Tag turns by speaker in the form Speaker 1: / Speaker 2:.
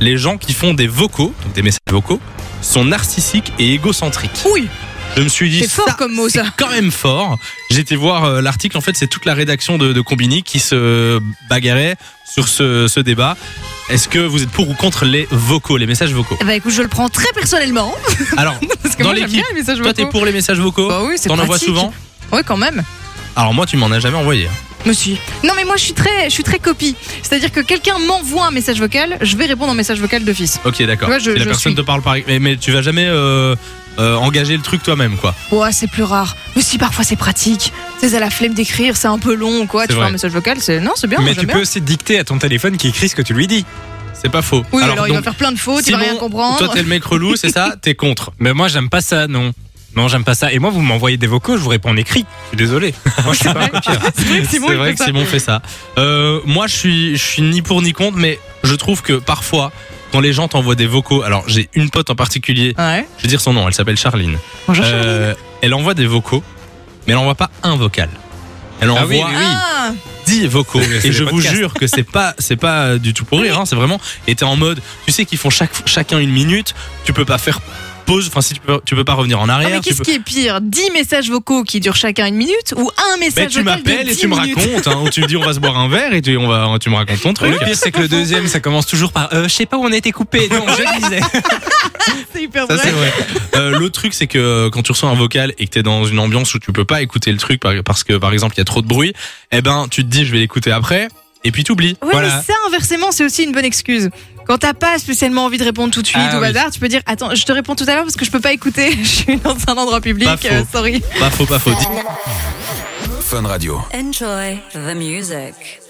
Speaker 1: les gens qui font des vocaux, donc des messages vocaux, sont narcissiques et égocentriques.
Speaker 2: Oui,
Speaker 1: Je me suis dit,
Speaker 2: c'est fort comme mot,
Speaker 1: c'est
Speaker 2: ça.
Speaker 1: quand même fort. J'étais voir euh, l'article, en fait, c'est toute la rédaction de, de Combini qui se bagarrait sur ce, ce débat. Est-ce que vous êtes pour ou contre les vocaux, les messages vocaux
Speaker 2: Bah écoute, je le prends très personnellement.
Speaker 1: Alors,
Speaker 2: Parce que
Speaker 1: Dans
Speaker 2: moi, j'aime
Speaker 1: l'équipe,
Speaker 2: bien les messages
Speaker 1: toi, t'es
Speaker 2: vocaux.
Speaker 1: pour les messages vocaux
Speaker 2: Bah oui, c'est
Speaker 1: T'en envoies
Speaker 2: pratique.
Speaker 1: souvent
Speaker 2: Ouais, quand même.
Speaker 1: Alors moi, tu m'en as jamais envoyé. hein.
Speaker 2: Monsieur. Non, mais moi, je suis très, je suis très copie. C'est-à-dire que quelqu'un m'envoie un message vocal, je vais répondre en message vocal d'office.
Speaker 1: Ok, d'accord.
Speaker 2: Ouais, je-
Speaker 1: Et la
Speaker 2: je
Speaker 1: personne
Speaker 2: suis.
Speaker 1: te parle par... Mais, mais tu vas jamais euh, euh, engager le truc toi-même, quoi.
Speaker 2: Ouais, c'est plus rare. Mais si, parfois, c'est pratique. Tu sais, à la flemme d'écrire, c'est un peu long, quoi.
Speaker 1: C'est
Speaker 2: Tu fais
Speaker 1: vrai.
Speaker 2: un message vocal, c'est. Non, c'est bien, moi,
Speaker 3: Mais tu
Speaker 2: j'aime
Speaker 3: peux
Speaker 2: bien.
Speaker 3: aussi dicter à ton téléphone qui écrit ce que tu lui dis.
Speaker 1: C'est pas faux.
Speaker 2: Oui, alors, il va
Speaker 1: donc,
Speaker 2: faire plein de fautes, il va
Speaker 1: Simon,
Speaker 2: rien comprendre.
Speaker 1: Toi, t'es le mec relou, c'est ça T'es contre.
Speaker 3: Mais moi, j'aime pas ça, non. Non, j'aime pas ça. Et moi, vous m'envoyez des vocaux, je vous réponds en écrit. Je suis désolé. Moi, je suis pas un copieur.
Speaker 2: c'est vrai que Simon,
Speaker 1: c'est
Speaker 2: il
Speaker 1: vrai
Speaker 2: fait
Speaker 1: que
Speaker 2: ça.
Speaker 1: Simon fait ça. Euh, moi, je suis, je suis ni pour ni contre, mais je trouve que parfois, quand les gens t'envoient des vocaux, alors j'ai une pote en particulier,
Speaker 2: Ouais.
Speaker 1: je vais dire son nom, elle s'appelle Charline.
Speaker 2: Bonjour, Charline.
Speaker 1: Euh, elle envoie des vocaux, mais elle envoie pas un vocal. Elle envoie
Speaker 3: Ah oui, oui.
Speaker 2: Ah,
Speaker 1: 10 vocaux.
Speaker 3: C'est- c'est
Speaker 1: Et
Speaker 3: des
Speaker 1: je vous
Speaker 3: podcasts.
Speaker 1: jure que c'est pas, c'est pas du tout pour rire, hein, c'est vraiment, et t'es en mode, tu sais qu'ils font chaque, chacun une minute, tu peux pas faire pause, enfin, si tu peux, tu peux pas revenir en
Speaker 2: Ah,
Speaker 1: arrière.
Speaker 2: mais
Speaker 1: tu
Speaker 2: qu'est-ce
Speaker 1: peux-
Speaker 2: qui est pire 10 messages vocaux qui durent chacun une minute ou un
Speaker 1: Ben,
Speaker 2: message
Speaker 1: tu
Speaker 2: vocal de
Speaker 1: m'appelles et
Speaker 2: 10
Speaker 1: tu me
Speaker 2: minutes
Speaker 1: racontes, hein, ou tu me dis on va se boire un verre et tu, on va, tu me racontes ton truc.
Speaker 3: Le pire, c'est que le deuxième, ça commence toujours par euh, Je sais pas où on a été coupé. Non, je disais.
Speaker 2: C'est hyper
Speaker 1: Ça,
Speaker 2: vrai.
Speaker 1: c'est vrai. Euh, L'autre truc, c'est que euh, quand tu reçois un vocal et que t'es dans une ambiance où tu peux pas écouter le truc par- parce que, par exemple, il y a trop de bruit, eh ben, tu te dis, je vais l'écouter après, et puis t'oublies.
Speaker 2: Ouais,
Speaker 1: voilà.
Speaker 2: mais ça, inversement, c'est aussi une bonne excuse. Quand t'as pas spécialement envie de répondre tout de suite
Speaker 3: Ah
Speaker 2: au
Speaker 3: oui.
Speaker 2: bazar, tu peux dire Attends, je te réponds tout à l'heure parce que je peux pas écouter, je suis dans un endroit public,
Speaker 1: Pas faux.
Speaker 2: euh, sorry.
Speaker 1: Pas faux, pas faux.
Speaker 4: Fun Radio.
Speaker 5: Enjoy the music.